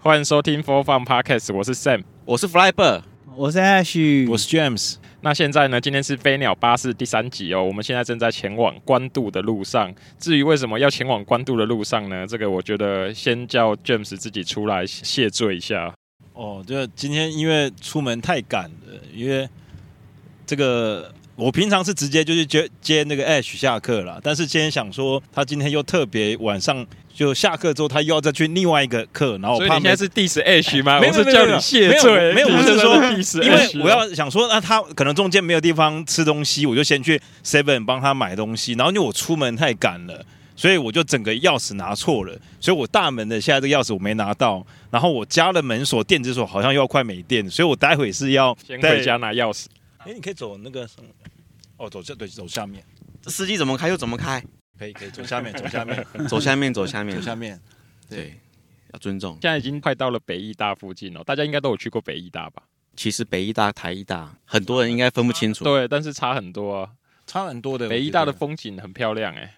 欢迎收听 Four Fun Podcast，我是 Sam。我是 Flybird，我是 Ash，我是 James。那现在呢？今天是飞鸟巴士第三集哦，我们现在正在前往关渡的路上。至于为什么要前往关渡的路上呢？这个我觉得先叫 James 自己出来谢罪一下。哦，就今天因为出门太赶了，因为这个我平常是直接就是接接那个 Ash 下课啦，但是今天想说他今天又特别晚上就下课之后，他又要再去另外一个课，然所后我以哦怕你现没在是 diss H 吗？没我有是没有叫没你有谢罪，没有没有你我是在说那边 diss，因为 Ash 我要想说，那、他可能中间没有地方吃东西，我就先去 Seven 帮他买东西。然后因为我出门太赶了，所以我就整个钥匙拿错了，所以我大门的现在这个钥匙我没拿到。然后我家的门锁、电子锁好像又要快没电，所以我待会是要先在回。家拿钥匙。哎、你可以走那个什么，哦，走下对，走下面，司机怎么开就怎 么开，可以可以走下面，走下面，走下面，走下面走，下面。对，要尊重。现在已经快到了北医大附近了，大家应该都有去过北医大吧？其实北医大、台医大，很多人应该分不清楚。对，但是差很多啊。差很多的。北医大的风风景很漂亮哎、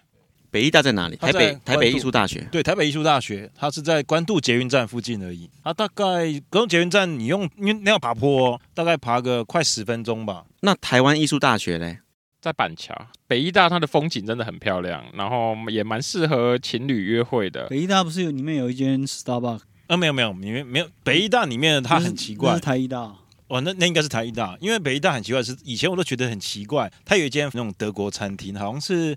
北医大在哪里？它台在北台北关渡艺术大学。对台北艺术大学，它是在关渡捷运站附近而已。它大概关渡捷运站，你用因为那要爬坡、哦，大概爬个快十分钟吧。那台湾艺术大学嘞？在板桥北医大，它的风景真的很漂亮，然后也蛮适合情侣约会的。北医大不是有里面有一间 Starbucks，啊，没有没有，里面没有北医大里面的它那是很奇那怪是台医大，哦，那那应该是台医大，因为北医大很奇怪是以前我都觉得很奇怪，它有一间那种德国餐厅，好像是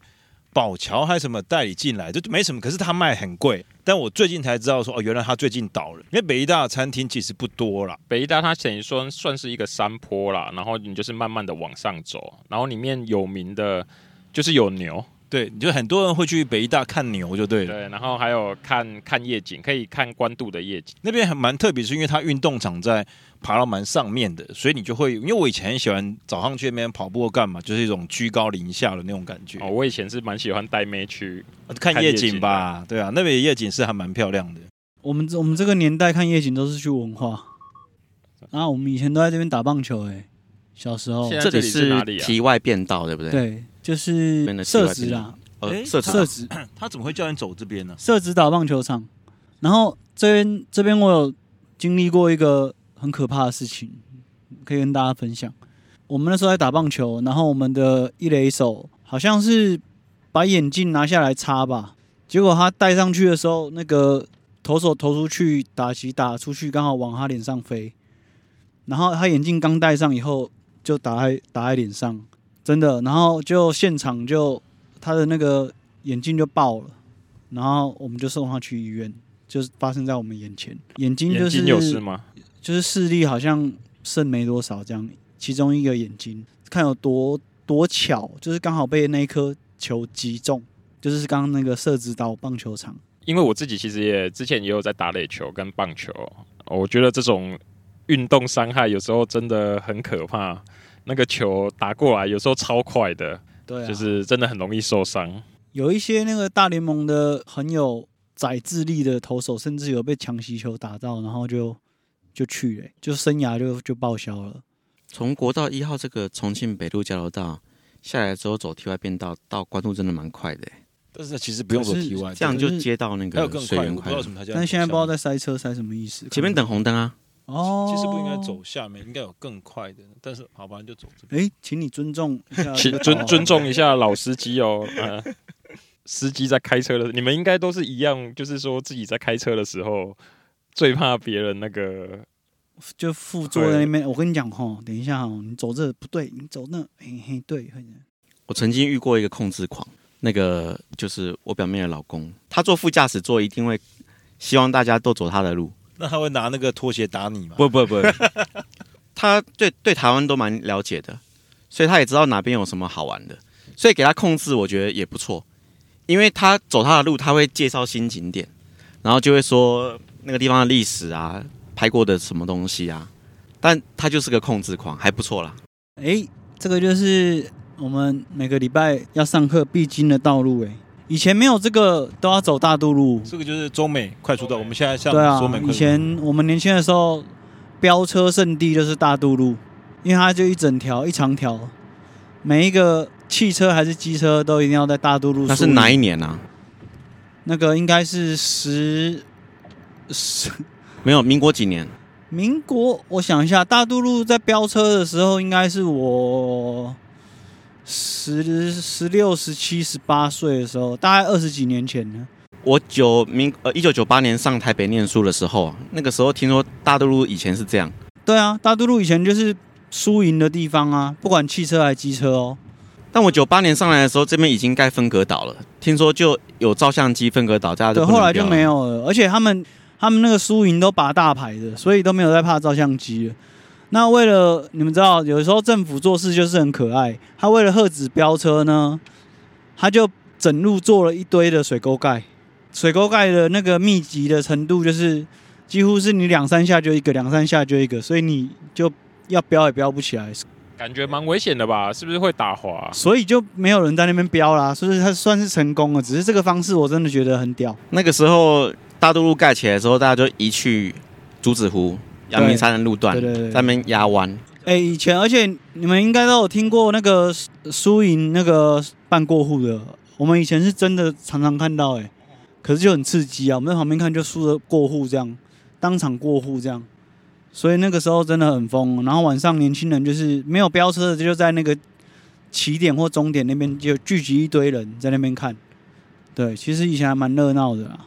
宝桥还是什么代理进来，就没什么，可是它卖很贵。但我最近才知道说哦，原来它最近倒了，因为北医大的餐厅其实不多啦。北医大它等于说算是一个山坡啦，然后你就是慢慢的往上走，然后里面有名的就是有牛，对，就很多人会去北医大看牛就对了。对，然后还有看看夜景，可以看关渡的夜景。那边还蛮特别，是因为它运动场在爬到蛮上面的，所以你就会，因为我以前很喜欢早上去那边跑步干嘛，就是一种居高临下的那种感觉，呃哦，我以前是蛮喜欢带妹去，看看夜夜景景吧，对啊，那边的夜景是还蛮漂亮的。我们我们这个年代看夜景都是去文化，啊，我们以前都在这边打棒球哎、小时候现在，这这里里是哪是里啊题外变道，对不对？，对，就这是边的室外社职啦，呃，诶社社长职他怎么会叫你走这边呢、社职打棒球场，然后这边这边我有经历过一个很可怕的事情，可以跟大家分享。我们那时候在打棒球，然后我们的一垒手好像是把眼镜拿下来擦吧，结果他戴上去的时候，那个投手投出去打击打出去，刚好往他脸上飞，然后他眼镜刚戴上以后就打在打在脸上，真的，然后就现场就他的那个眼镜就爆了。然后我们就送他去医院，就是发生在我们眼前，眼睛就眼是睛有事吗？就是视力好像剩没多少这样，其中一个眼睛看有多多巧，就是刚好被那一颗球击中，就是刚刚那个射指导棒球场，因为我自己其实也之前也有在打垒球跟棒球，哦我觉得这种运动伤害有时候真的很可怕。那个球打过来有时候超快的，对啊，就是真的很容易受伤。有一些那个大联盟的很有宰智力的投手，甚至有被强袭球打到，然后就就去了、就生涯就就报销了。从国道一号这个重庆北路交流道下来之后，走题外变道到关渡真的蛮快的欸，但是其实不用走可是 T Y，这样就接到那啊还有个更水快，源我不知快道乐什。么才叫。但现在不知道在塞车塞什么意思，前面等红灯啊，哦，其实不应该走。下面，应该有更快的。但是好吧，就走这边。哎，请你尊重一下哦这请个尊导尊重一下老司机哦，呃，司机在开车的，你们应该都是一样，就是说自己在开车的时候最怕别人那个，就副座在那边。我跟你讲哈，等一下哈，你走这不对，你走那，嘿嘿，对，嘿我曾经遇过一个控制狂，那个就是我表妹的老公，他坐副驾驶座一定会希望大家都走他的路。那他会拿那个拖鞋打你吗？不不不， 他对对台湾都蛮了解的，所以他也知道哪边有什么好玩的，所以给他控制我觉得也不错，因为他走他的路，他会介绍新景点，然后就会说那个地方的历史啊，拍过的什么东西啊，但他就是个控制狂，还不错啦。哎，这个就是我们每个礼拜要上课必经的道路。哎，以前没有这个，都要走大渡路。这个就是中美快速道，我们现在像对啊中美，快速以道前我们年轻的时候，飙车圣地就是大渡路，因为它就一整条一长条，每一个汽车还是机车都一定要在大渡路。那是哪一？年啊？那个应该是十十没有，民国几年？民国，我想一下，大渡路在飙车的时候，应该是我十十六、十七、十八岁的时候，大概二十几年前呢。我九民呃一九九八年上台北念书的时候啊，那个时候听说大渡路以前是这样，对啊，大渡路以前就是输赢的地方啊，不管汽车还机车哦。但我九八年上来的时候，这边已经盖分隔岛了，听说就有照相机分隔岛，大家就对，不能后来就飙了没有了，而且他们他们那个输赢都拔大牌的，所以都没有在怕照相机了。那为了你们知道，有时候政府做事就是很可爱，他为了喝止飙车呢，他就整路做了一堆的水沟盖，水沟盖的那个密集的程度就是几乎是你两三下就一个，两三下就一个，所以你就要飙也飙不起来，啊感觉蛮危险的吧？是不是会打滑？所以就没有人在那边飙啦，所以他算是成功了。只是这个方式我真的觉得很屌。那个时候大渡路盖起来的时候，大家就移去竹子湖、阳明山的路段，对对对对在那边压弯。哎、以前而且你们应该都有听过那个输输赢那个办过户的，我们以前是真的常常看到、哎，可是就很刺激啊，我们在旁边看就输了过户这样，当场过户这样，所以那个时候真的很疯。然后晚上年轻人就是没有飙车的，就在那个起点或终点那边就聚集一堆人在那边看，对，其实以前还蛮热闹的啦。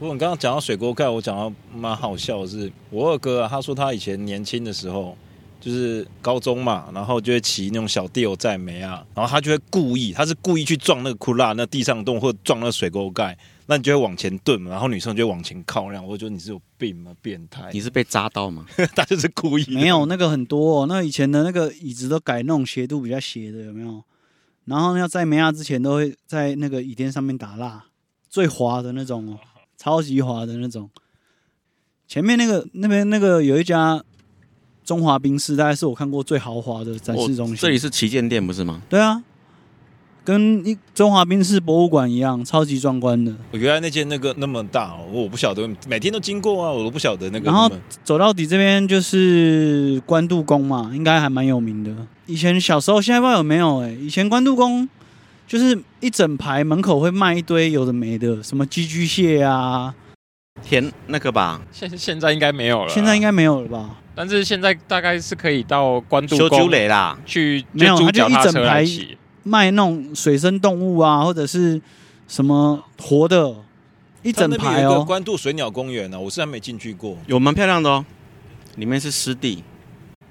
不过你刚刚讲到水锅盖，我讲到蛮好笑的是，我二哥、啊、他说他以前年轻的时候，就是高中嘛，然后就会骑那种小地油载煤啊，然后他就会故意，他是故意去撞那个库拉那地上洞或撞那个水沟盖，那你就会往前顿嘛，然后女生就会往前靠，然后我就觉得你是有病吗？变 态你，是被扎到吗？他就是故意的没有那个很多、哦，那以前的那个椅子都改那种斜度比较斜的，有没有？然后要在梅亚之前都会在那个椅垫上面打蜡，最滑的那种啊哦，超级滑的那种。前面那个那边那个有一家中华冰室，大概是我看过最豪华的展示中我心。哦这里是旗舰店不是吗？对啊，跟一中华冰室博物馆一样，超级壮观的。我原来那间那个那么大、哦，我不晓得，每天都经过啊，我都不晓得那个。然后走到底这边就是关渡宫嘛，应该还蛮有名的。以前小时候，现在不知道有没有哎、以前关渡宫就是一整排门口会卖一堆有的没的，什么寄居蟹啊，填那个吧，现现在应该没有了，现在应，该没有了吧？但是现在大概是可以到关渡修宫修垒啦，去没有就租它就脚一踏整车排来骑。卖那种水生动物啊，或者是什么活的，一一整排有一个哦。关渡水鸟公园呢、啊，我是还没进去过。有蛮漂亮的哦，里面是湿地，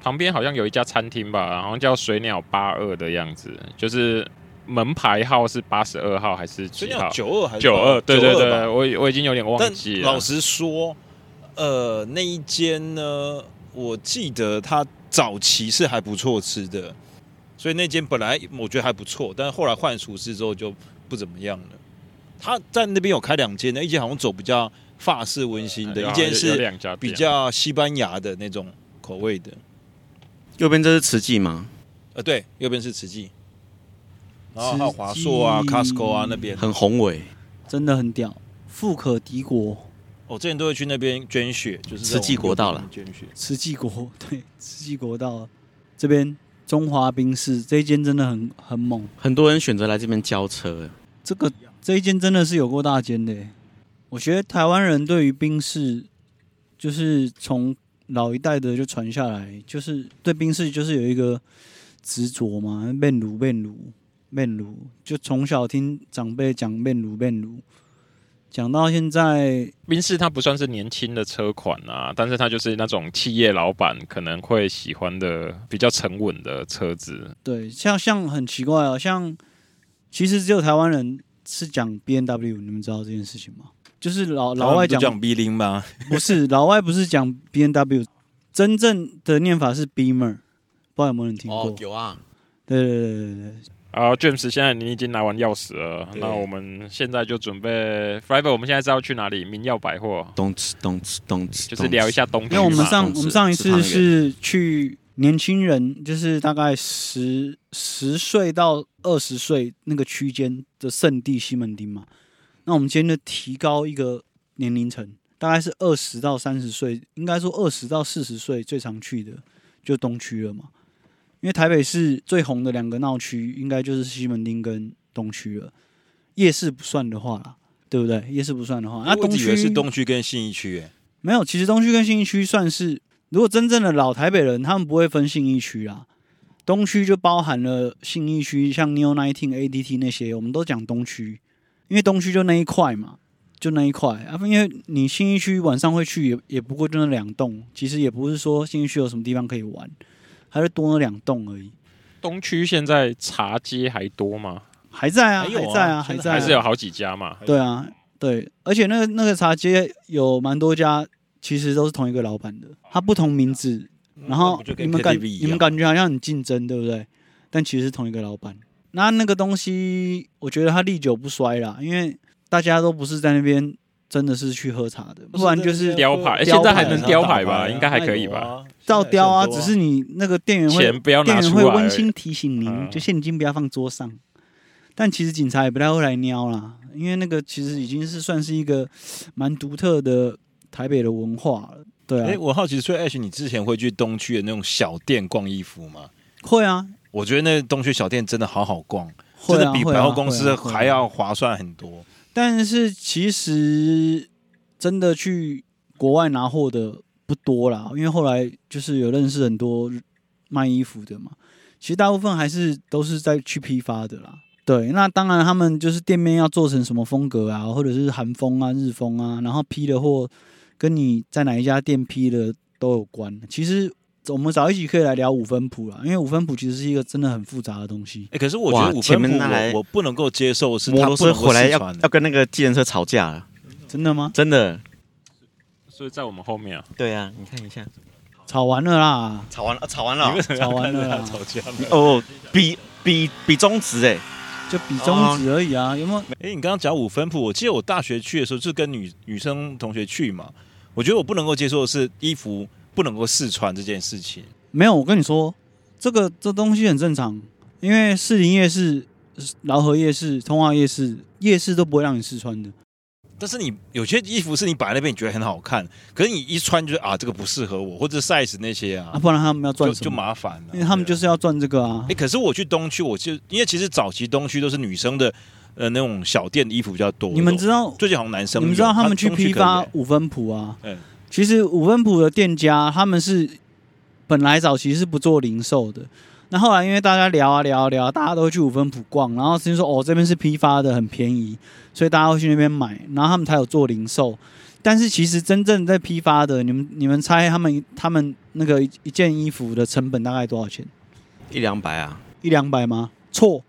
旁边好像有一家餐厅吧，好像叫水鸟八二的样子，就是门牌号是八十二号还是几水鸟号？九二还是九二，对对92吧对，我已我已经有点忘但记了老。实说，呃，那一间呢，我记得它早期是还不错吃的，所以那间本来我觉得还不错，但是后来换厨师之后就不怎么样了。他在那边有开两间，那一间好像走比较法式温馨的，有一间啊有哎有是两家店比较西班牙的那种口味的。右边这是慈济吗？呃，对，右边是慈济，然后还有华硕啊、慈济 Costco 啊那边，很宏伟，真的很屌，富可敌国， 我之前都会去那边捐血，就是在慈济我们国道那边了捐血。慈济国对，慈济国道这边中华冰室这一间真的很很猛。很多人选择来这边交车。这个这一间真的是有够大间的耶。我觉得台湾人对于冰室，就是从老一代的就传下来，就是对冰室就是有一个执着嘛，面炉面炉面炉，就从小听长辈讲面炉面炉，讲到现在，宾士它不算是年轻的车款啊，但是它就是那种企业老板可能会喜欢的比较沉稳的车子。对，像像很奇怪哦，像其实只有台湾人是讲 B N W，你们知道这件事情吗？就是老老外讲讲 B 零吗？ 不是，老外不是讲 B N W，真正的念法是 Beamer，不知道哦有没有人听过？哦有啊，对对对对对，好，James，现在啊你已经拿完钥匙了，对那我们现在就准备 f r i v e r 我们现在是要去哪里？民耀百货，咚哧咚哧咚哧，就是聊一下东区因为我们嘛。上是我们上一次是汤是去年轻人，就是大概十十岁到二十岁那个区间的圣地西门町嘛。那我们今天就提高一个年龄层，大概是二十到三十岁，应该说二十到四十岁最常去的就东区了嘛。因为台北市最红的两个闹区，应该就是西门町跟东区了。夜市不算的话啦，对不对？夜市不算的话，那啊我东一直以区为是东区跟信义区，哎，没有，其实东区跟信义区算是，如果真正的老台北人，他们不会分信义区啦。东区就包含了信义区，像 Neo Nineteen、ADT 那些，我们都讲东区，因为东区就那一块嘛，就那一块啊。因为你信义区晚上会去也，也不过就那两栋，其实也不是说信义区有什么地方可以玩，还是多那两栋而已，东区现在茶街还多吗？还在啊，还有啊在啊，现在还在、啊，还是有好几家嘛？对啊，对，而且那个那个茶街有蛮多家，其实都是同一个老板的，他不同名字，然后哦就跟你们感 KTV 一样你们感觉好像很竞争，对不对？但其实是同一个老板。那那个东西，我觉得它历久不衰啦，因为大家都不是在那边真的是去喝茶的，不然就是雕牌哎现在还能雕牌吧应该还可以吧？照雕啊，只是你那个店员会钱不要店拿员出会来温而馨已。提醒您，嗯就现金不要放桌上。但其实警察也不太会来瞄啦，因为那个其实已经是算是一个蛮独特的台北的文化了。对哎、啊，我好奇，所以 Ash，你之前会去东区的那种小店逛衣服吗？会啊，我觉得那东区小店真的好好逛，会真的啊，比会百啊货公司会啊会啊还要划算很多。但是其实真的去国外拿货的不多啦，因为后来就是有认识很多卖衣服的嘛，其实大部分还是都是在去批发的啦。对，那当然他们就是店面要做成什么风格啊，或者是韩风啊、日风啊，然后批的货跟你在哪一家店批的都有关。其实我们早一集可以来聊五分谱啦，因为五分谱其实是一个真的很复杂的东西。哎、可是我觉得哇五前分面埔那台我我不能够接受是摩它托不车能够回来试要穿要的。跟那个计程车吵架了，真的吗？真的。所以在我们后面啊，对啊，你看一下，吵完了啦，吵完了，吵完了你为什么要吵完看着了它啦吵架吗？哦，比比比中值哎，就比中指而已啊，有没有？ 哎、你刚刚讲五分铺，我记得我大学去的时候是跟女女生同学去嘛，我觉得我不能够接受的是衣服不能够试穿这件事情。没有，我跟你说，这个这东西很正常，因为士林夜市、饶河夜市、通化夜市，夜市都不会让你试穿的。但是你有些衣服是你摆在那边你觉得很好看，可是你一穿就是啊这个不适合我，或者 size 那些啊，啊，不然他们要赚就什么？就麻烦了、因为他们就是要赚这个啊哎、。可是我去东区，我就因为其实早期东区都是女生的呃那种小店的衣服比较多，你们知道，最近好像男生啊你们知道他们去批发有五分铺啊？嗯其实五分铺的店家他们是本来早期是不做零售的。那后来因为大家聊啊聊啊聊啊，大家都会去五分铺逛，然后先说哦这边是批发的，很便宜，所以大家会去那边买，然后他们才有做零售。但是其实真正在批发的，你们你们猜他们他们那个一一件衣服的成本大概多少钱？一两百啊，一两百吗？错，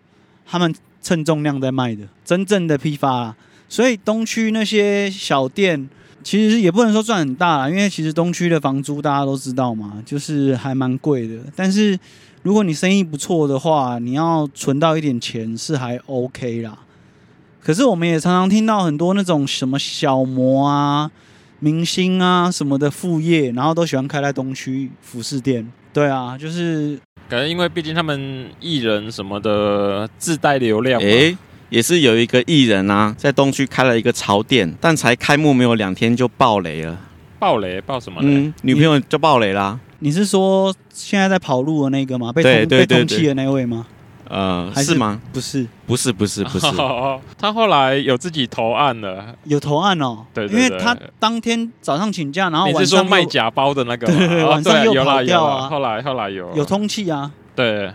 他们称重量在卖的，真正的批发啦。所以东区那些小店其实也不能说赚很大啦，因为其实东区的房租大家都知道嘛，就是还蛮贵的。但是如果你生意不错的话，你要存到一点钱是还 OK 啦。可是我们也常常听到很多那种什么小模啊、明星啊什么的副业，然后都喜欢开在东区服饰店。对啊，就是感觉因为毕竟他们艺人什么的自带流量嘛，哎，也是有一个艺人啊，在东区开了一个潮店，但才开幕没有两天就爆雷了，爆雷爆什么 雷？嗯，女朋友就爆雷啦，你是说现在在跑路的那个吗？被对通对被对通缉的那位吗？呃，还是是吗？不是，不是，不是，不是，哦他后来有自己投案了。有投案哦。对对对因为他当天早上请假，然后你啊晚是说上卖又假包的那个吗？对对对哦晚上又有跑啦掉有啊啦，后来后来有有通气啊。对，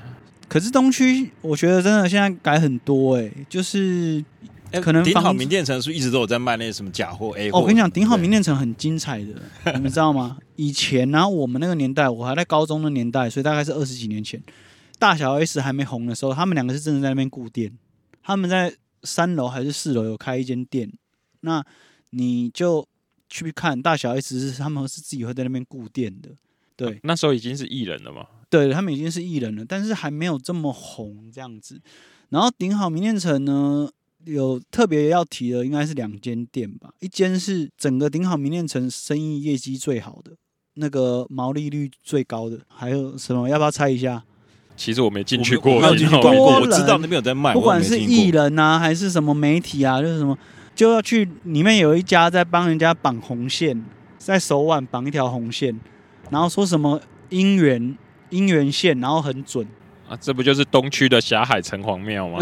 可是东区，我觉得真的现在改很多哎、就是哎可能顶好房名店城是不是一直都有在卖那些什么假货 A 货、哦，我跟你讲，顶好名店店城很精彩的，你们知道吗？以前呢、我们那个年代，我还在高中的年代，所以大概是二十几年前，大小 S 还没红的时候，他们两个是真的在那边顾店，他们在三楼还是四楼有开一间店，那你就去看大小 S 是他们是自己会在那边顾店的，对，那时候已经是艺人了嘛。对他们已经是艺人了，但是还没有这么红这样子。然后顶好明恋城呢，有特别要提的应该是两间店吧，一间是整个顶好明恋城生意业绩最好的，那个毛利率最高的，还有什么？要不要猜一下？其实我没进去我过，没有你进知道去逛吗过，我多人知道那边有在卖，不我管没是进艺过人啊，还是什么媒体啊，就是什么，就要去里面有一家在帮人家绑红线，在手腕绑一条红线，然后说什么姻缘姻缘线，然后很准。啊，这不就是东区的霞海城隍庙吗？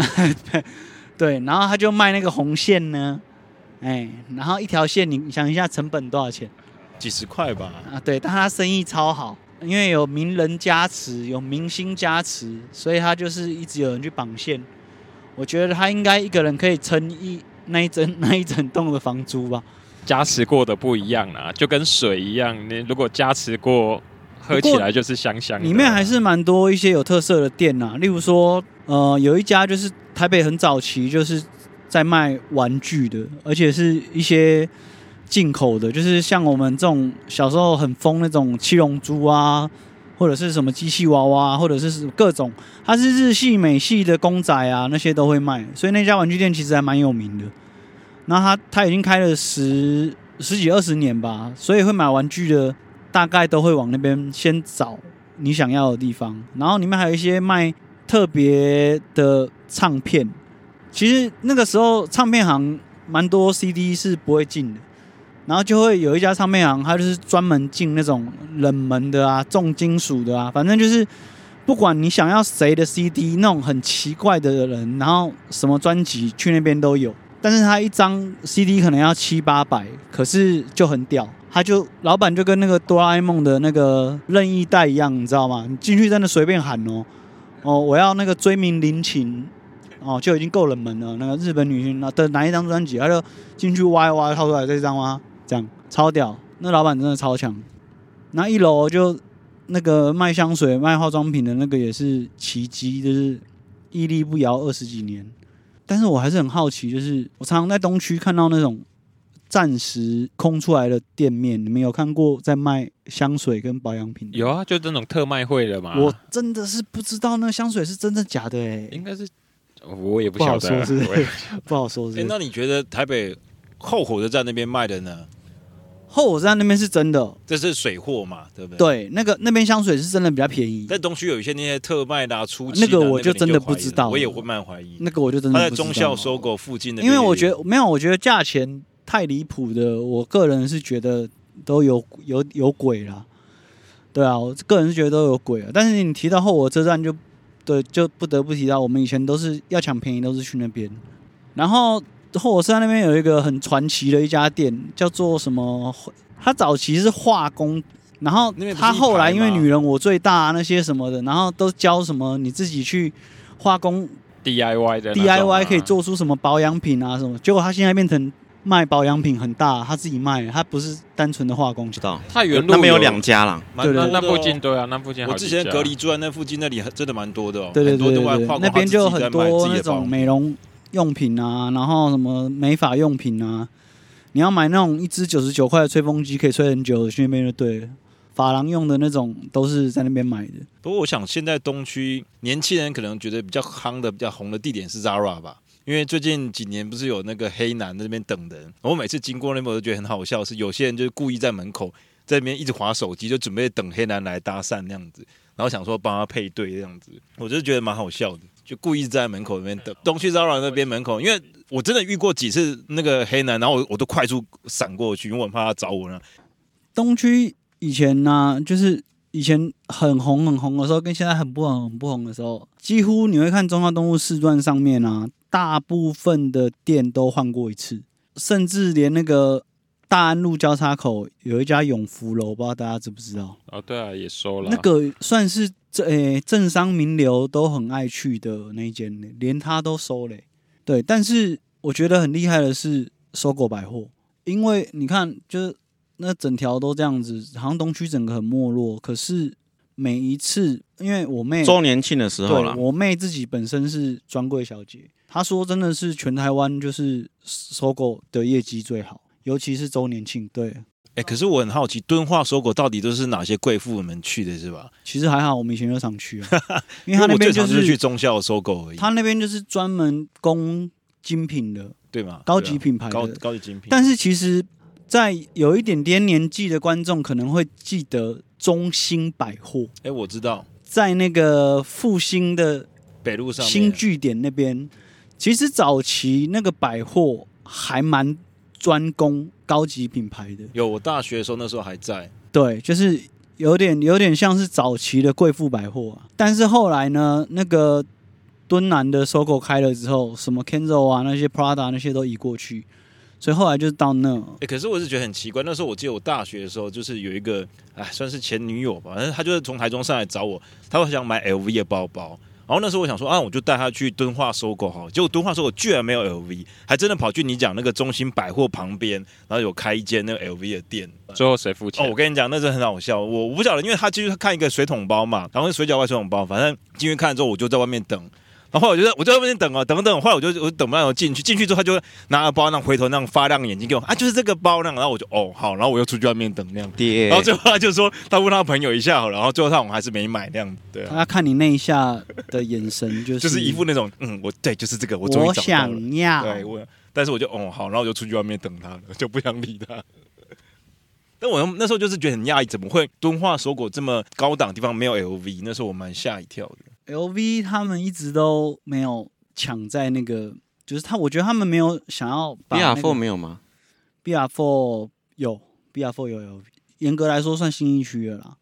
对，然后他就卖那个红线呢，哎，然后一条线你想一下成本多少钱？几十块吧。啊，对，但他生意超好，因为有名人加持，有明星加持，所以他就是一直有人去绑线。我觉得他应该一个人可以撑一那一整 那一整栋的房租吧。加持过的不一样啊，就跟水一样，你如果加持过，喝起来就是香香的。里面还是蛮多一些有特色的店呐、例如说，呃，有一家就是台北很早期就是在卖玩具的，而且是一些进口的，就是像我们这种小时候很疯那种七龙珠啊，或者是什么机器娃娃啊，或者是各种，它是日系、美系的公仔啊，那些都会卖，所以那家玩具店其实还蛮有名的。那它它已经开了十十几二十年吧，所以会买玩具的大概都会往那边先找你想要的地方，然后里面还有一些卖特别的唱片。其实那个时候唱片行蛮多 CD 是不会进的，然后就会有一家唱片行，它就是专门进那种冷门的啊、重金属的啊，反正就是不管你想要谁的 CD，那种很奇怪的人，然后什么专辑去那边都有。但是他一张 CD 可能要七八百，可是就很屌。他就老板就跟那个哆啦 A 梦的那个任意带一样，你知道吗？你进去真的随便喊哦，哦，我要那个追名林琴，哦，就已经够冷门了。那个日本女星那的哪一张专辑，他就进去挖一挖，掏出来这张吗？这样超屌，那老板真的超强。那一楼就那个卖香水、卖化妆品的那个也是奇迹，就是屹立不摇二十几年。但是我还是很好奇，就是我常常在东区看到那种暂时空出来的店面，你们有看过在卖香水跟保养品的？有啊，就那种特卖会了嘛。我真的是不知道那个香水是真的假的哎、应该是，哦我也不不晓好得啊说，是不我也是？ 不好说是哎、不是那你觉得台北后火车站那边卖的呢？后火车站那边是真的，这是水货嘛，对不对？。对，那个那边香水是真的比较便宜，但东区有一些那些特卖的、啊、初期的那个我你就真的不怀疑知道我也了会蛮怀疑。那个我就真的他在不知道中校收购附近的，因为我觉得没有，我觉得价钱太离谱的，我个人是觉得都有有有鬼啦。对啊，我个人是觉得都有鬼啊。但是你提到后火车站就，对，就不得不提到我们以前都是要抢便宜都是去那边。然后后火车站那边有一个很传奇的一家店，叫做什么？它早期是化工，然后那边不是它一后排来因为吗女人我最大、啊、那些什么的，然后都教什么你自己去化工 DIY 的那种啊 DIY 可以做出什么保养品啊什么，结果他现在变成卖保养品很大，他自己卖，他不是单纯的化工知。道。太原路那边有两，家啦，蛮对多那的哦那附近。对啊，那附近好我几之家前隔离住在那附近，那里真的蛮多的哦，对对很多对都对外化对，工那边就有很他自多己在卖自己那的保种养美容用品啊，然后什么美发用品啊，你要买那种一支九十九块的吹风机可以吹很久的，去那边就对了。发廊用的那种都是在那边买的，不过我想，现在东区年轻人可能觉得比较夯的、比较红的地点是 Zara 吧，因为最近几年不是有那个黑男在那边等人，我每次经过那边我都觉得很好笑，是有些人就是故意在门口在那边一直划手机，就准备等黑男来搭讪那样子，然后想说帮他配对这样子，我就觉得蛮好笑的，就故意在门口那边等。东区 Zara 那边门口，因为我真的遇过几次那个黑男，然后我我都快速闪过去，因为我很怕他找我呢。东区以前呢、就是以前很红很红的时候，跟现在很不红很不红的时候，几乎你会看中央东路四段上面啊，大部分的店都换过一次，甚至连那个大安路交叉口有一家永福楼，不知道大家知不知道？哦，对啊，也收了那个算是这诶、政商名流都很爱去的那一间嘞，连他都收嘞、对，但是我觉得很厉害的是搜狗百货，因为你看，就是那整条都这样子，好像东区整个很没落。可是每一次，因为我妹周年庆的时候对啦，我妹自己本身是专柜小姐，她说真的是全台湾就是搜狗的业绩最好，尤其是周年庆。对，哎、可是我很好奇，敦化搜狗到底都是哪些贵妇们去的，是吧？其实还好，我们以前就常去 啊，因为因她为那我最边就常就是去中校收购而已，他那边就是专门供精品的对吗？高级对啊品牌的，高高级精品，但是其实，在有一点点年纪的观众可能会记得中兴百货哎、我知道在那个复兴的北路上面新据点那边，其实早期那个百货还蛮专攻高级品牌的，有，我大学的时候那时候还在，对，就是有点有点像是早期的贵妇百货啊。但是后来呢，那个敦南的收购开了之后，什么 Kenzo 啊那些 Prada 那些都移过去，所以后来就是到那，欸可是我是觉得很奇怪，那时候我记得我大学的时候，就是有一个哎，算是前女友吧，反正她就是从台中上来找我，她想买 LV 的包包。然后那时候我想说啊，我就带她去敦化收购好了，结果敦化收购居然没有 LV，还真的跑去你讲那个中心百货旁边，然后有开一间那个 LV 的店。最后谁付哦，钱？我跟你讲，那是很好笑。我我不晓得，因为他进去看一个水桶包嘛，然后是水饺外水桶包，反正进去看了之后，我就在外面等。然后我就在我就在外面等啊，等等，后来我就我等不到我进去，进去之后他就拿了包，那样回头那样发亮眼睛给我啊，就是这个包那样，然后我就哦好，然后我又出去外面等那样，爹哦然后最后他就说他问他朋友一下好了，然后最后他我们还是没买那样，对啊、他看你那一下的眼神，就是就是一副那种嗯我对就是这个我我终于找到了，想要，对我，但是我就哦好，然后我就出去外面等他了， 就不想理他。 但我那时候就是觉得很讶异，怎么会敦化水果这么高档的地方没有 LV？那时候我蛮吓一跳的。 LV 他们一直都没有抢在那个，就是他，我觉得他们没有想要把 B R 那 Four 个没有吗？ BR Four 有 BR Four 有 LV，严格来说算新一区了啦。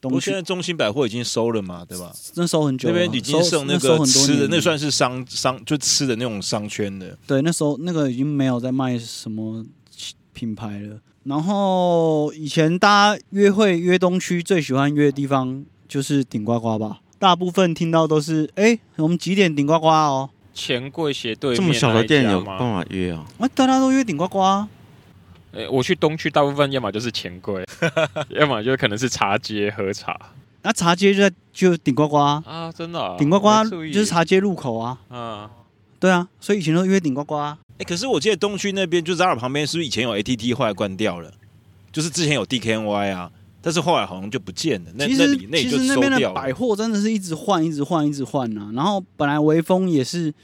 不东过现区在中心百货已经收了嘛，对吧？那时候很久那了，边已经收剩那时候个很多吃的，年那了算是商商就吃的那种商圈的。对，那时候那个已经没有在卖什么品牌了。然后以前大家约会约东区最喜欢约的地方就是顶呱呱吧，大部分听到都是哎、我们几点顶呱呱哦？钱柜斜对面这么小的店那一家有办吗？法约哦？啊，大家都约顶呱呱啊、呃我去东区大部分要么就是钱柜， 要么就可能是茶街喝茶那茶街就在就顶呱呱啊、啊，真的啊顶呱呱没注意就是茶街入口啊，嗯，对啊，所以以前都约顶呱呱啊、哎、可是我记得东区那边就 Zara 旁边，是不是以前有 ATT，后来关掉了？就是之前有 DKNY 啊，但是后来好像就不见了。那其那实里那里其就实那收边的掉百了。货真的是一直换，一直换，一直换啊。然后本来微风也是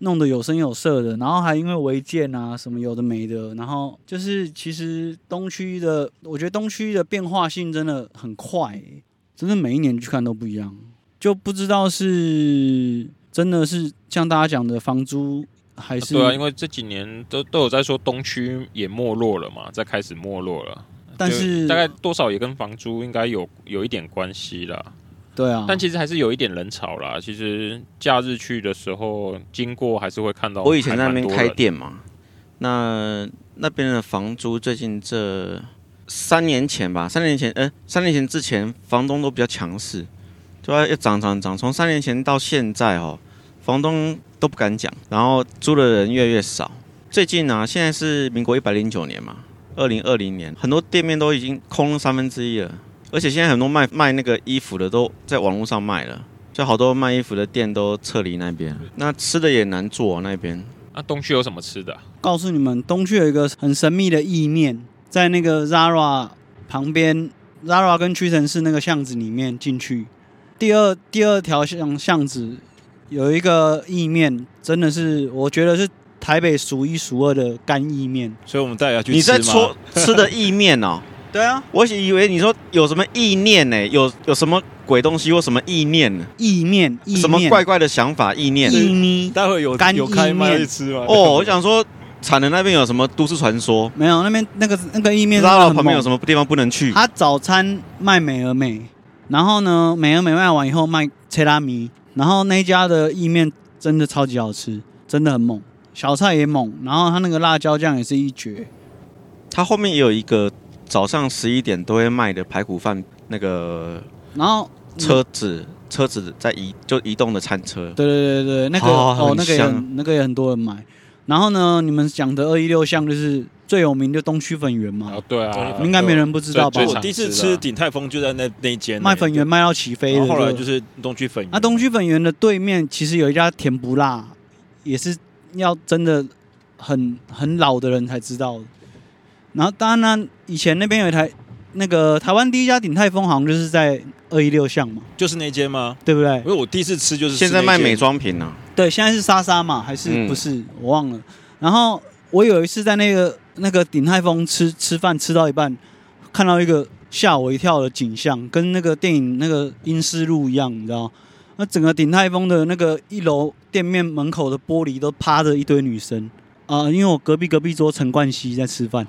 弄得有声有色的，然后还因为违建啊什么有的没的，然后就是其实东区的，我觉得东区的变化性真的很快欸、真的每一年去看都不一样，就不知道是真的是像大家讲的房租还是对啊，因为这几年都都有在说东区也没落了嘛，在开始没落了。但是就大概多少也跟房租应该有有一点关系啦，对啊，但其实还是有一点人潮啦。其实假日去的时候经过还是会看到，我以前在那边开，店嘛，那那边的房租最近这三年前吧，三年前，呃，三年前之前房东都比较强势，对啊，要涨涨涨，从三年前到现在哦，房东都不敢讲，然后租的人越来越少。最近啊，现在是民国一百零九年嘛，二零二零年，很多店面都已经空了三分之一了，而且现在很多卖卖那个衣服的都在网络上卖了。就好多卖衣服的店都撤离那边，那吃的也难做、啊那边。那、东区有什么吃的啊、哦告诉你们，东区有一个很神秘的意面，在那个 Zara 旁边，Zara 跟屈臣氏那个巷子里面进去，第二第二条巷巷子有一个意面，真的是我觉得是台北数一数二的干意面。所以我们大家去你在吃吗 说吃的意面哦？对啊，我以为你说有什么意念呢、有有什么鬼东西或什么意念呢？意面意面什么怪怪的想法意念？意 面？待会有干有开吗？意面去吃吗？哦，我想说，产能那边有什么都市传说？没有，那边那个那个意面知道了真的很旁边有猛什么地方不能去？ 他早餐卖美而美，然后呢，美而美卖完以后卖切拉米，然后那一家的意面真的超级好吃，真的很猛，小菜也猛，然后他那个辣椒酱也是一绝。他后面也有一个早上十一点都会卖的排骨饭，那个然后，车子车子在移就移动的餐车。对对对对，那个哦哦很那个也香很那个也很多人买。然后呢，你们讲的二一六巷就是最有名就东区粉圆嘛啊，，对东啊区，哦应该没人不知道吧最？我常第一次吃的吃啊鼎泰丰就在那那一间卖粉圆卖到起对飞然的，后后来就就是东区粉圆。啊那东区粉圆的对面其实有一家甜不辣，也是要真的很很老的人才知道的。然后当然呢，以前那边有一台那个台湾第一家鼎泰丰，好像就是在二一六巷嘛，就是那间吗？对不因对？为我第一次吃就是吃现在那卖间美妆品呢、啊 对，现在是莎莎嘛，还是嗯不是？我忘了。然后我有一次在那个那个鼎泰丰吃吃饭，吃到一半，看到一个吓我一跳的景象，跟那个电影那个《阴尸路》一样，你知道？那整个鼎泰丰的那个一楼店面门口的玻璃都趴着一堆女生啊、因为我隔壁隔壁桌陈冠希在 吃饭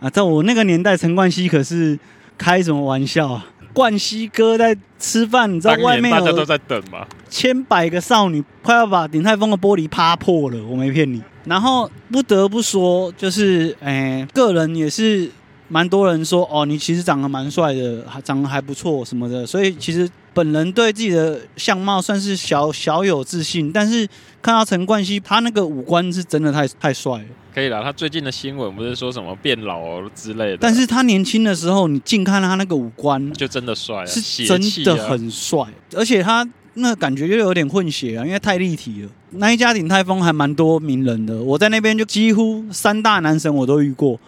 啊，在我那个年代，陈冠希可是开什么玩笑啊！冠希哥在吃饭，你知道当外年面大家有都在等嘛，千百个少女快要把鼎泰丰的玻璃趴破了，我没骗你。然后不得不说，就是诶、个人也是蛮多人说哦，你其实长得蛮帅的，还长得还不错什么的，所以其实本人对自己的相貌算是小小有自信，但是看到陈冠希他那个五官是真的太太帅了，可以啦，他最近的新闻不是说什么变老哦之类的，但是他年轻的时候，你近看他那个五官就真的哎帅、啊，是邪真气的啊很帅，而且他那感觉又有点混血啊，因为太立体了。那一家鼎泰丰还蛮多名人的，我在那边就几乎三大男神我都遇过，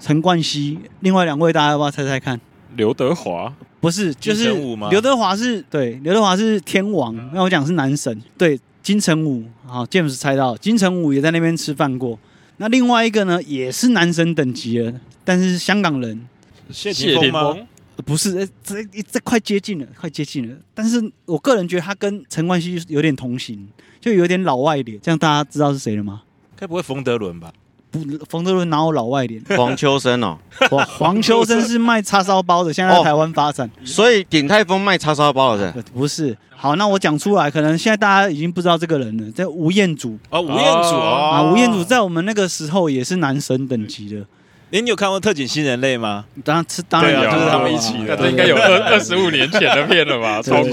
陈冠希，另外两位大家要不要猜猜看？刘德华不是，就金是城武吗嗯刘德华是对，刘德华是天王，那我讲是男神，对，金城武，好，James 猜到了，金城武也在那边吃饭过。那另外一个呢，也是男神等级了，但是是香港人，谢谢霆霆锋吗？锋不是，呃这这这快接近了，快接近了。但是我个人觉得他跟陈冠希有点同型，就有点老外脸。这样大家知道是谁了吗？该不会冯德伦吧？不，冯德伦哪有老外脸？黄秋生哦，黄黄秋生是卖叉烧包的，现在在台湾发展。所以鼎泰丰卖叉烧包的呃不是，好，那我讲出来，可能现在大家已经不知道这个人了。这吴彦祖哦，吴彦祖哦哦啊，吴彦祖。在我们那个时候也是男神等级的。哎，你有看过《特警新人类》吗？当然，当然对啊有就是他们啊一起的对啊这应该有二二十五年前的片了 吧？超过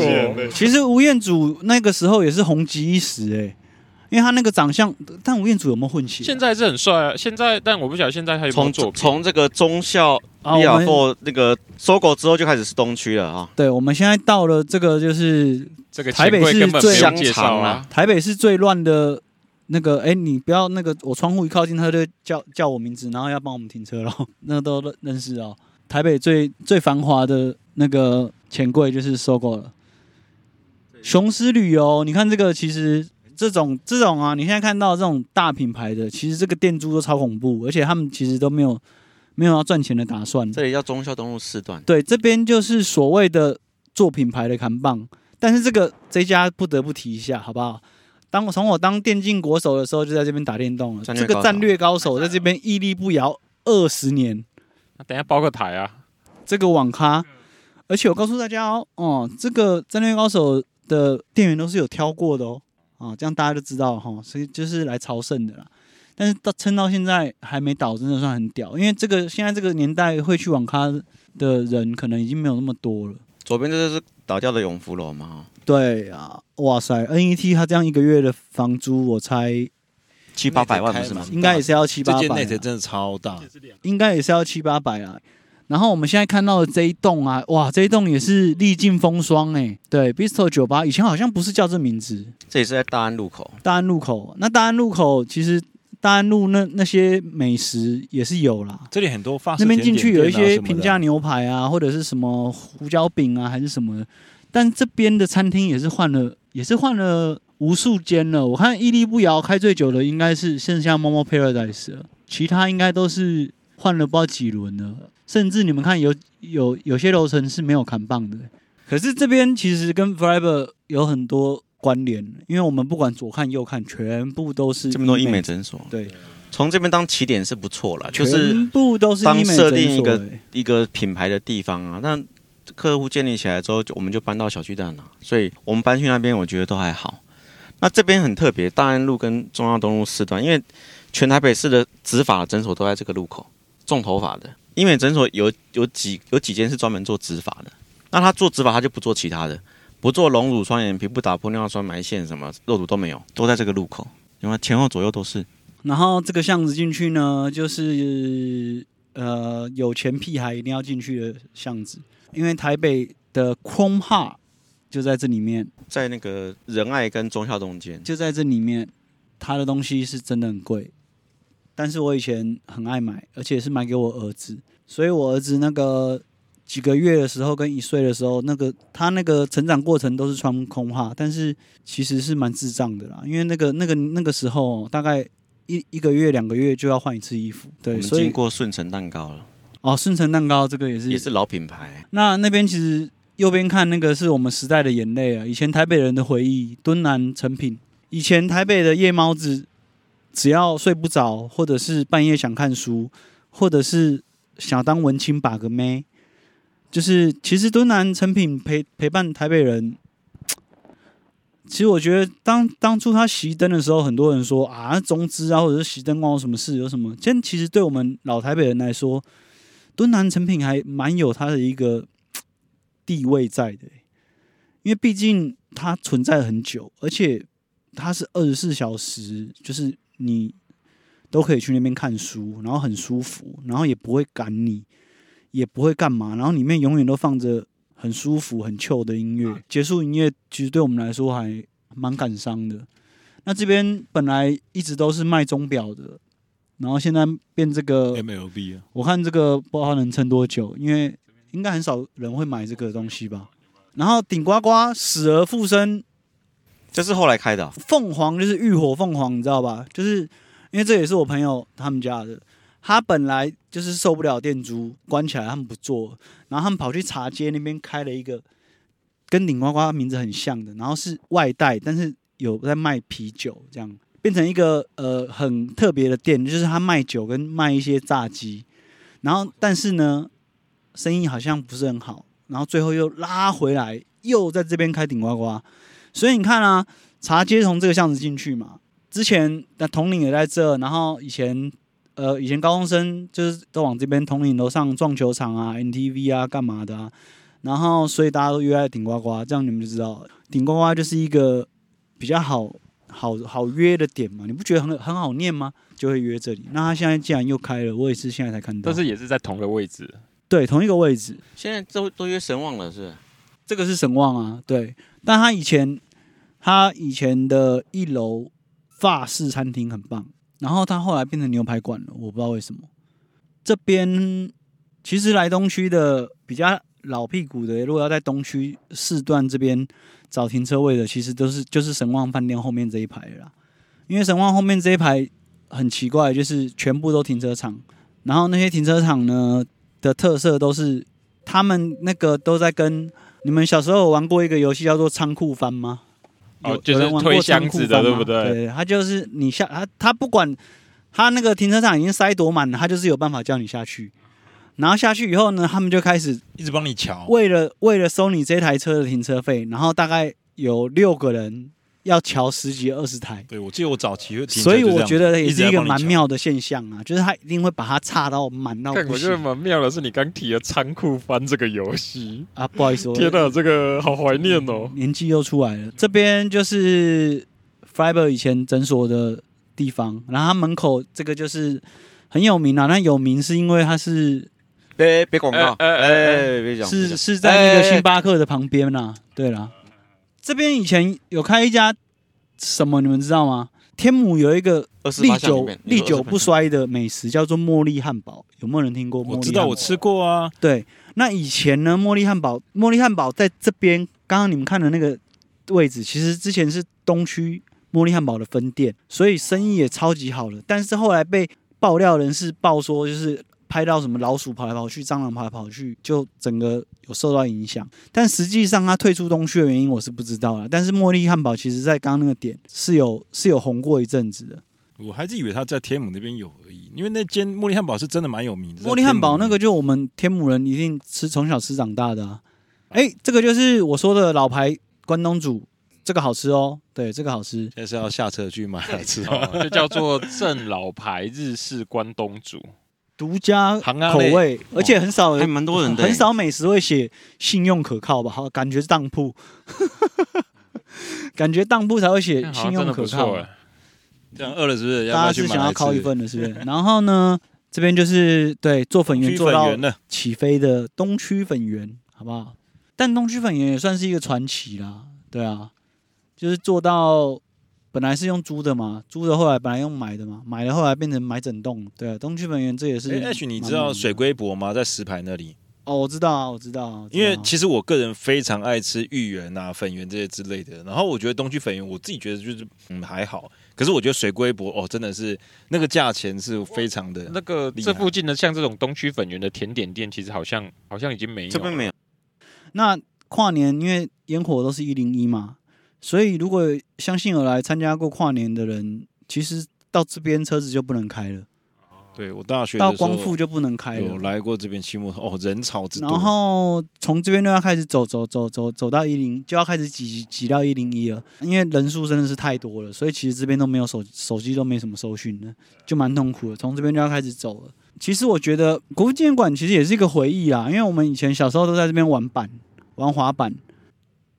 其实吴彦祖那个时候也是红极一时哎、因为他那个长相，但吴彦祖有没有混血现？在是很帅啊，现在但我不晓得现在还有没有从作品。从这个中校啊，利我亚们货那个收购之后就开始是东区了啊。对，我们现在到了这个就是这个台北钱柜是根本最没有香介绍肠啊啊，台北市最乱的那个，哎，你不要那个，我窗户一靠近，他就叫叫我名字，然后要帮我们停车咯， 那个都认识哦。台北最最繁华的那个钱柜就是收购了，雄狮旅游，你看这个其实。这种这种啊，你现在看到这种大品牌的，其实这个店租都超恐怖，而且他们其实都没有没有要赚钱的打算。这里叫中校东路四段，对，这边就是所谓的做品牌的扛棒，但是这个这家不得不提一下，好不好？当我从我当电竞国手的时候，就在这边打电动了。战这略个高战手略高手在这边屹立不摇二十年，那等一下包个台啊，这个网咖，而且我告诉大家哦，哦、这个战略高手的店员都是有挑过的哦，啊，这样大家就知道了哈、所以就是来朝圣的啦。但是到撑到现在还没倒，真的算很屌，因为这个现在这个年代会去网咖的人可能已经没有那么多了。左边这就是倒掉的永福楼嘛，对啊，哇塞，NET 他这样一个月的房租，我猜七八百万不是吗？应该也是要七这八间百内啊，层真的超大，应该也是要七八百啦。然后我们现在看到的这一栋啊，哇，这一栋也是历尽风霜哎、对，Bistro 酒吧以前好像不是叫这名字，这也是在大安路口，大安路口。那大安路口其实大安路那那些美食也是有啦，这里很多发式那边进甜去点有一店啊些什么的平价牛排啊，或者是什么胡椒饼啊，还是什么的。但这边的餐厅也是换了，也是换了无数间了。我看屹立不摇开最久的应该是剩下猫猫 Paradise 了，其他应该都是换了不知道几轮了。甚至你们看有有有些楼层是没有扛棒的，可是这边其实跟 Forever 有很多关联，因为我们不管左看右看，全部都是这么多医医美，诊所，对，从这边当起点是不错啦，就是全部都是当医美设诊定一所个欸一个品牌的地方啊。那客户建立起来之后，就我们就搬到小巨蛋了，啊所以我们搬去那边，我觉得都还好。那这边很特别，大安路跟中央东路四段，因为全台北市的植发诊所都在这个路口，种头发的医美诊所有有几有几间是专门做植发的。那他做植发，他就不做其他的，不做隆乳、双眼皮，不打玻尿酸、埋线什么肉毒都没有，都在这个路口，因为前后左右都是。然后这个巷子进去呢，就是呃有钱屁孩一定要进去的巷子，因为台北的 Chrome Hub 就在这里面，在那个仁爱跟忠孝中间，就在这里面，它的东西是真的很贵，但是我以前很爱买，而且是买给我儿子，所以我儿子那个几个月的时候跟一岁的时候，那个他那个成长过程都是穿空哈，但是其实是蛮智障的啦，因为那个那个那个时候大概。一一个月两个月就要换一次衣服，我对，们所以经过顺成蛋糕了，哦，顺城蛋糕这个也是，也是老品牌。那那边其实右边看那个是我们时代的眼泪啊，以前台北人的回忆，敦南成品。以前台北的夜猫子，只要睡不着，或者是半夜想看书，或者是想当文青把个妹，就是其实敦南成品陪陪伴台北人，其实我觉得当当初他熄灯的时候，很多人说啊，中资啊，或者是熄灯关我什么事？有什么？其实其实对我们老台北人来说，敦南成品还蛮有它的一个地位在的、因为毕竟它存在很久，而且它是二十四小时，就是你都可以去那边看书，然后很舒服，然后也不会赶你，也不会干嘛，然后里面永远都放着很舒服、很 chill 的音乐。结束营业，其实对我们来说还蛮感伤的。那这边本来一直都是卖钟表的，然后现在变这个 MLB 啊，我看这个不知道能撑多久，因为应该很少人会买这个东西吧。然后顶呱呱死而复生，这是后来开的啊、凤凰就是浴火凤凰，你知道吧？就是因为这也是我朋友他们家的，他本来就是受不了店租关起来，他们不做，然后他们跑去茶街那边开了一个跟顶呱呱名字很像的，然后是外带，但是有在卖啤酒，这样变成一个呃很特别的店，就是他卖酒跟卖一些炸鸡，然后但是呢生意好像不是很好，然后最后又拉回来，又在这边开顶呱呱，所以你看啊。茶街从这个巷子进去嘛。之前那统领也在这，然后以前呃以前高中生就是都往这边统领楼上撞球场啊、NTV 啊、干嘛的啊，然后所以大家都约在顶呱呱，这样你们就知道了顶呱呱就是一个比较好好好约的点嘛，你不觉得很很好念吗？就会约这里。那他现在既然又开了，我也是现在才看到，但是也是在同个位 置。对同一个位置，现在都都约神旺了，是不是这个是神旺啊，对。但他以前他以前的一楼法式餐厅很棒，然后他后来变成牛排馆了，我不知道为什么。这边其实来东区的比较老屁股的，如果要在东区四段这边找停车位的，其实都是就是神旺饭店后面这一排了啦。因为神旺后面这一排很奇怪，就是全部都停车场，然后那些停车场呢的特色都是他们那个都在跟你们小时候有玩过一个游戏叫做仓库翻吗？哦有就是有人玩推过仓箱库子的翻对吗不对对，他就是你下他他不管他那个停车场已经塞多满了，他就是有办法叫你下去。然后下去以后呢，他们就开始一直帮你瞧。为了为了收你这台车的停车费，然后大概有六个人要瞧十几二十台，对，我记得我早期会停车所以就这样我觉得也一直是在一个帮你蛮瞧妙的现象啊，就是他一定会把它差到满到但不我觉得行蛮妙的是，你刚提了仓库翻这个游 戏，啊！不好意思，我天哪，这个好怀念哦。年纪又出来了。这边就是 Fiber 以前诊所的地方，然后它门口这个就是很有名啊。那有名是因为它是别别广告，哎哎哎哎哎哎，别讲，别是讲是在那哎哎个哎星巴克的旁边啦、对啦，这边以前有开一家什么，你们知道吗？天母有一个二十历八项里久面历久不。你说28项衰的美食，叫做茉莉汉堡，有没有人听过？我茉莉知道汉我堡吃过啊，对，那以前呢，茉莉汉堡，茉莉汉堡在这边，刚刚你们看的那个位置，其实之前是东区茉莉汉堡的分店，所以生意也超级好了。但是后来被爆料人士爆说，就是拍到什么老鼠跑来跑去、蟑螂跑来跑去，就整个有受到影响。但实际上它退出东区的原因我是不知道了。但是茉莉汉堡其实在刚刚那个点是有是有红过一阵子的。我还是以为他在天母那边有而已，因为那间茉莉汉堡是真的蛮有名的。茉莉汉堡那个就我们天母人一定吃从小吃长大的啊。哎、这个就是我说的老牌关东煮，这个好吃哦。对，这个好吃。现在是要下车去买来吃哦。哦就叫做正老牌日式关东煮。独家行啊口类味，而且很少还人，蛮多人的，很少美食会写信用可靠吧？好，感觉是当铺， 感觉当铺才会写哎看好信像真用的可不靠错吧。哎，这样饿了是不是？要不大家去是买想来要吃靠一份的，是不是？然后呢，这边就是对做粉圆哦去做粉到圆啊了？起飞的东区粉圆，好不好？但东区粉圆也算是一个传奇啦，对啊，就是做到本来是用租的嘛，租的后来本来用买的嘛，买了后来变成买整栋，对啊、东区粉圆这也是蛮哎猛的。 ，H，你知道水龟博吗？在石牌那里，哦，我知道啊，我知道啊，我知道因为啊其实我个人非常爱吃芋圆啊、粉圆这些之类的。然后我觉得东区粉圆，我自己觉得就是嗯还好，可是我觉得水龟博哦，真的是那个价钱是非常的。那个厉这害附近的像这种东区粉圆的甜点店，其实好像好像已经没有了。这边没有，那跨年因为烟火都是一零一嘛，所以如果相信有来参加过跨年的人，其实到这边车子就不能开了。对我大学的到时候光复就不能开有了。来过这边期末哦，人潮之多。然后从这边就要开始走走走走走到一零，就要开始挤挤到一零一了，因为人数真的是太多了，所以其实这边都没有手手机都没什么搜讯的，就蛮痛苦的。从这边就要开始走了。其实我觉得国父纪念馆其实也是一个回忆啊啦，因为我们以前小时候都在这边玩板、玩滑板。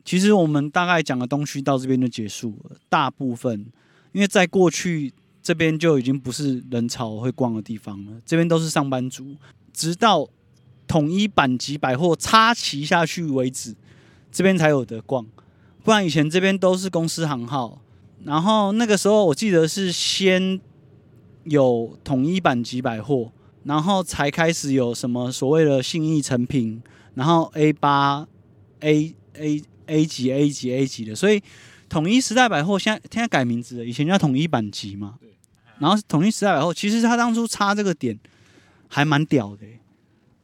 其实我们大概讲的东西到这边就结束了，大部分因为在过去这边就已经不是人潮会逛的地方了，这边都是上班族，直到统一板级百货插旗下去为止，这边才有得逛。不然以前这边都是公司行号，然后那个时候我记得是先有统一板级百货，然后才开始有什么所谓的信义成品，然后 A 八 A A A 级 A 级 A 级的，所以统一时代百货现在现在改名字了，以前叫统一板级嘛。然后统一时代百货，其实他当初插这个点还蛮屌的欸、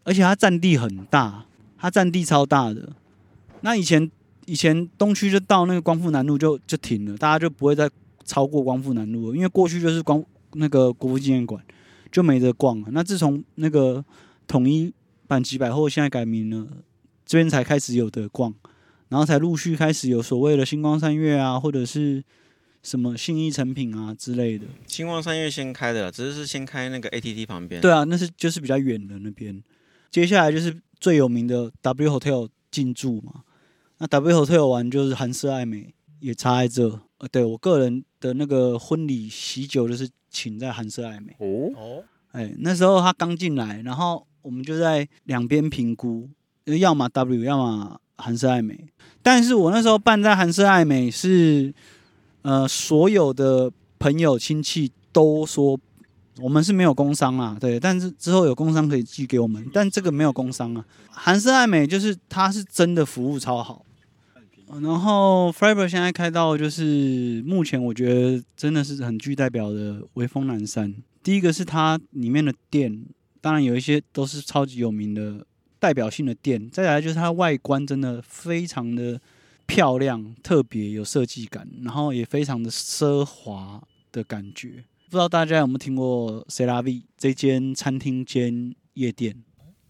而且它占地很大，它占地超大的。那以前以前东区就到那个光复南路就就停了，大家就不会再超过光复南路了，因为过去就是光那个国父纪念馆就没得逛了。那自从那个统一板级百货现在改名了，这边才开始有得逛，然后才陆续开始有所谓的星光三月啊，或者是什么信义成品啊之类的。星光三月先开的啦，只是是先开那个 ATT 旁边。对啊，那是就是比较远的那边。接下来就是最有名的 W Hotel 进驻嘛，那 W Hotel 完就是韩式爱美也插在这。呃，对我个人的那个婚礼喜酒就是请在韩式爱美。哦，哦，哎，那时候他刚进来，然后我们就在两边评估，呃要么 W，要么韩式爱美。但是我那时候办在韩式爱美是，呃，所有的朋友亲戚都说我们是没有工商啊，对，但是之后有工商可以寄给我们，但这个没有工商啊。韩式爱美就是它是真的服务超好。呃然后 f r i b e r 现在开到就是目前我觉得真的是很具代表的威风南山。第一个是它里面的店，当然有一些都是超级有名的代表性的店。再来就是它外观真的非常的漂亮、特别有设计感，然后也非常的奢华的感觉。不知道大家有没有听过 C l a V 这间餐厅兼夜店？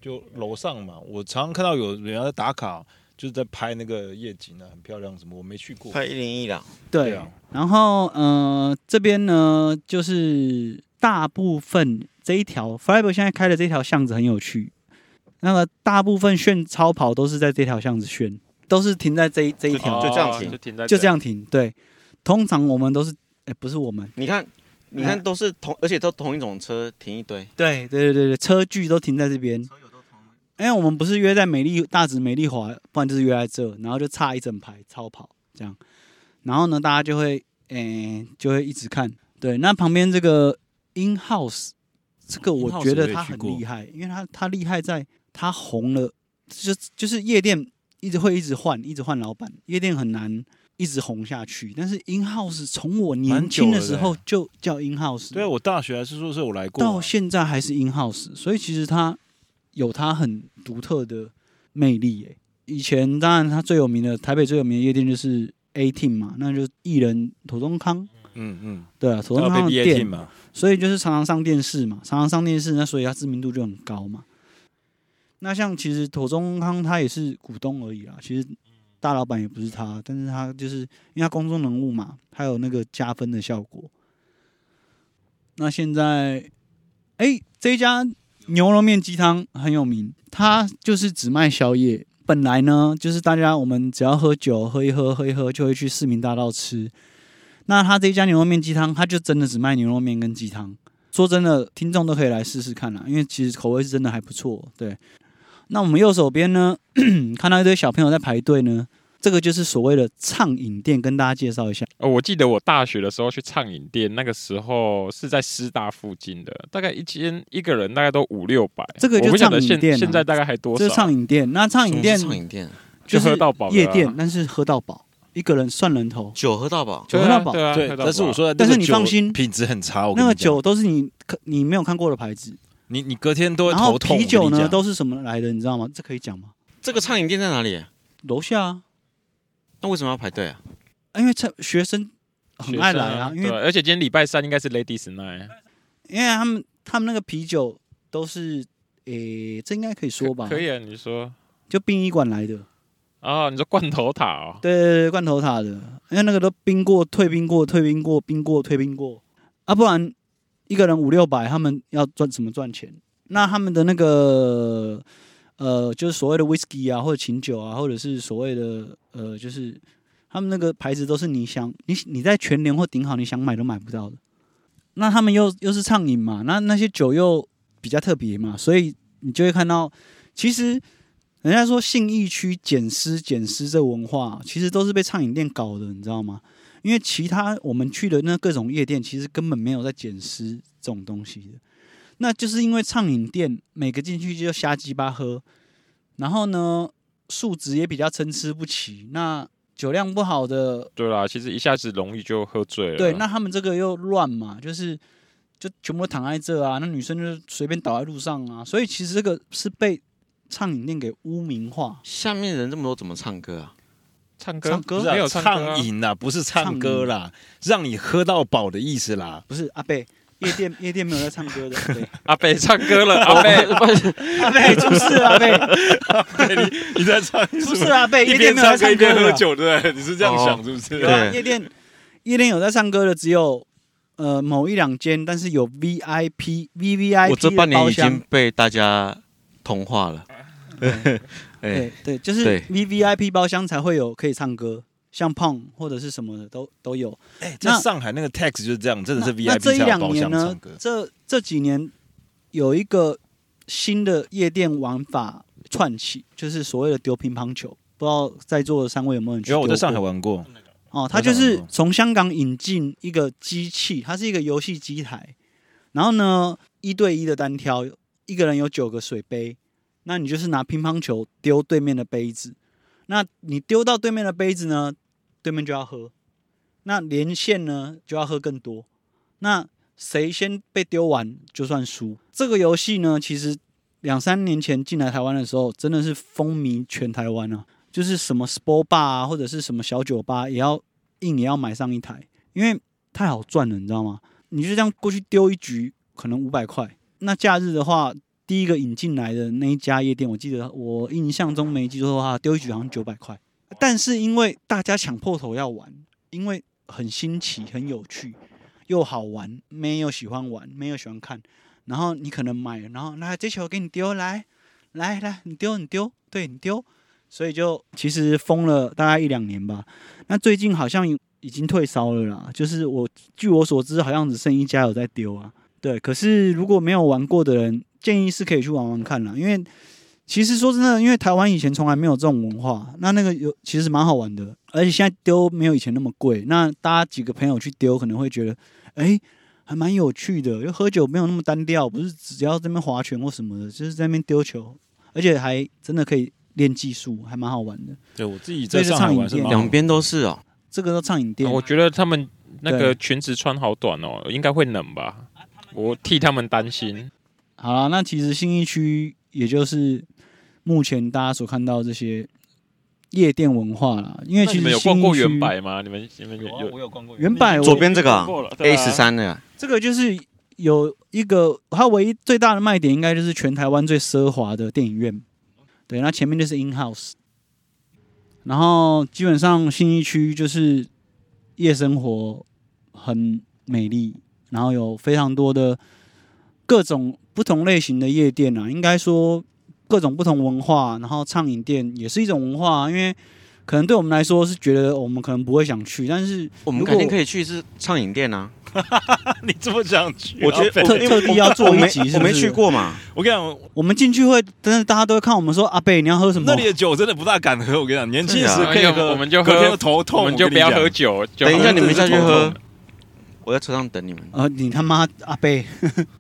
就楼上嘛，我常常看到有人家在打卡，就是在拍那个夜景啊，很漂亮什么，我没去过。快一零一了，对对啊，然后呃，这边呢，就是大部分这一条 f r i b e r 现在开的这条巷子很有趣，那么大部分炫超跑都是在这条巷子炫，都是停在这一这一条，就这样停哦就停在就这。样停。对，通常我们都是，哎，不是我们，你看，你看都是同，而且都同一种车停一堆。对对对对对，车距都停在这边。因为我们不是约在美丽大直美丽华，不然就是约在这，然后就差一整排超跑这样。然后呢，大家就会诶、就会一直看。对，那旁边这个 In House，这个我 In-house 觉得我也他去很过厉害，因为他他厉害在他红了，就就是夜店一直会一直换，一直换老板，夜店很难一直红下去。但是 In House 从我年蛮久轻的了时嘞候就叫 In House，对啊，我大学还是宿舍我来过到啊，现在还是 in house，所以其实它有它很独特的魅力、欸。以前当然它最有名的台北最有名的夜店就是 A Team 嘛，那就是艺人土东康，嗯嗯，对啊，土然东后被康的 B A T 店，嘛，所以就是常常上电视嘛，常常上电视，那所以它知名度就很高嘛。那像其实土中康他也是股东而已啦，其实大老板也不是他，但是他就是因为他公众人物嘛，他有那个加分的效果。那现在，哎、这一家牛肉面鸡汤很有名，它就是只卖宵夜。本来呢，就是大家我们只要喝酒喝一喝喝一喝，就会去市民大道吃。那他这一家牛肉面鸡汤，他就真的只卖牛肉面跟鸡汤。说真的，听众都可以来试试看啦，因为其实口味是真的还不错。对，那我们右手边呢， 看到一堆小朋友在排队呢，这个就是所谓的畅饮店，跟大家介绍一下。哦，我记得我大学的时候去畅饮店，那个时候是在师大附近的，大概一间一个人大概都五六百。这个就我不晓得畅饮现店啊现在大概还多这是少？畅饮店，那畅饮店畅饮店，就是喝到饱的啊夜店，但是喝到饱，一个人算人头，酒喝到饱，酒喝到饱对啊，对对啊，，但是我说说的那个但是你酒放心品质很差，我跟那个你讲酒都是你可你没有看过的牌子，你你隔天都会然后头痛。啤酒我跟你呢讲都是什么来的，你知道吗？这可以讲吗？这个畅饮店在哪里？楼下啊，那为什么要排队啊？因为这学生很爱来啊，因为而且今天礼拜三应该是 Ladies Night，因为他们他们那个啤酒都是，诶、这应该可以说吧？可，以啊，你说就殡仪馆来的，啊，你说罐头塔哦，对对对，罐头塔的，因为那个都冰过、退冰过、退冰过、冰过、退冰过啊，不然一个人五六百，他们要赚怎么赚钱？那他们的那个呃，就是所谓的 whisky 啊，或者琴酒啊，或者是所谓的呃，就是他们那个牌子都是你想你你在全联或顶好你想买都买不到的。那他们又又是畅饮嘛，那那些酒又比较特别嘛，所以你就会看到，其实人家说信义区捡尸捡尸这文化，其实都是被畅饮店搞的，你知道吗？因为其他我们去的那各种夜店，其实根本没有在捡尸这种东西的。那就是因为畅饮店每个进去就瞎鸡巴喝，然后呢数值也比较参差不齐，那酒量不好的对啦，其实一下子容易就喝醉了。对，那他们这个又乱嘛，就是就全部都躺在这啊，那女生就随便倒在路上啊，所以其实这个是被畅饮店给污名化。下面人这么多，怎么唱歌啊？唱歌唱歌不是没啊有唱歌啊畅饮啦，不是唱歌啦，让你喝到饱的意思啦。不是阿贝，夜店夜店没有在唱 歌的，对，阿北唱歌了，阿北阿贝出事了，阿贝你在唱出什事么？了，阿贝一夜边店没有唱歌在一唱边喝歌的，酒，对不对？ 你是这样哦想是不是有？啊，对夜店夜店有在唱歌的，只有。呃，某一两间，但是有 VIP、VVIP 我这半的年包已经厢，被大家同化了。哎，对对，就是对 VVIP 包厢才会有可以唱歌，像胖或者是什么的都都有。哎，在上海那个 tax 就是这样，真的是那那 VIP 这一才有两包年厢呢唱歌，。这这几年有一个新的夜店玩法串起，就是所谓的丢乒乓球。不知道在座的三位有没有人去因为啊丢我过？在上海玩过，哦，它就是从香港引进一个机器，它是一个游戏机台，然后呢，一对一的单挑，一个人有九个水杯，那你就是拿乒乓球丢对面的杯子，那你丢到对面的杯子呢，对面就要喝，那连线呢就要喝更多，那谁先被丢完就算输。这个游戏呢，其实两三年前进来台湾的时候，真的是风靡全台湾啊。就是什么 sport bar 啊，或者是什么小酒吧，也要硬也要买上一台，因为太好赚了，你知道吗？你就这样过去丢一局，可能五百块。那假日的话，第一个引进来的那一家夜店，我记得我印象中没记错的话，丢一局好像九百块。但是因为大家抢破头要玩，因为很新奇、很有趣，又好玩，没有喜欢玩，没有喜欢看。然后你可能买了，然后来这球给你丢，来来来，你丢你丢，对你丢，所以就其实封了大概一两年吧。那最近好像已经退烧了啦，就是我据我所知，好像只剩一家有在丢啊。对，可是如果没有玩过的人，建议是可以去玩玩看啦，因为其实说真的，因为台湾以前从来没有这种文化，那那个有其实蛮好玩的，而且现在丢没有以前那么贵。那大家几个朋友去丢，可能会觉得，哎。还蛮有趣的，就喝酒没有那么单调，不是只要这边划拳或什么的，就是在那边丢球，而且还真的可以练技术，还蛮好玩的。对我自己在在上上海海玩玩是是蛮好玩的两边都是哦。这个都畅饮店，啊哦我觉得他们那对个裙子穿好短哦，应该会冷吧？我替他们担心。好了，那其实信义区也就是目前大家所看到这些夜店文化啦，因为那其你们实有逛信过义原区百吗？你们你们有啊有有逛过原版我左边这个啊对 A 啊十三的，这个就是有一个它唯一最大的卖点，应该就是全台湾最奢华的电影院。对，那前面就是 in house，然后基本上信义区就是夜生活很美丽，然后有非常多的各种不同类型的夜店啊，应该说各种不同文化，然后畅饮店也是一种文化啊，因为可能对我们来说是觉得我们可能不会想去，但是我们如改果天可以去是畅饮店啊。你 这么想去？我觉得特特地要做我一没集是不是我没去过嘛，我跟你讲，我们进去会，但是大家都会看我们说阿贝你要喝什么那？里的酒真的不大敢喝。我跟你讲，年轻时是啊可以哎呦喝，我们就喝隔天头痛，我们就跟不你要讲喝。酒。就等一下你们就下是去喝头痛，我在车上等你们。呃，你他妈阿贝，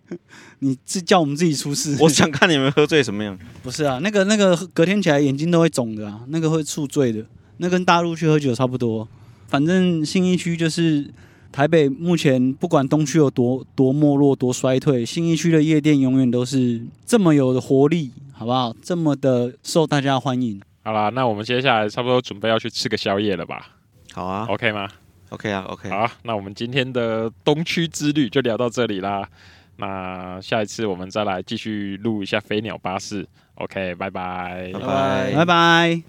你自叫我们自己出事？我想看你们喝醉什么样。不是啊，那个那个隔天起来眼睛都会肿的啊，那个会宿醉的，那跟大陆去喝酒差不多。反正信义区就是台北目前不管东区有多多没落多衰退，信义区的夜店永远都是这么有的活力，好不好？这么的受大家欢迎。好啦，那我们接下来差不多准备要去吃个宵夜了吧好啊？OK 吗？ ，OK 啊，OK。好，那我们今天的东区之旅就聊到这里啦。那下一次我们再来继续录一下飞鸟巴士。OK，拜拜拜拜拜。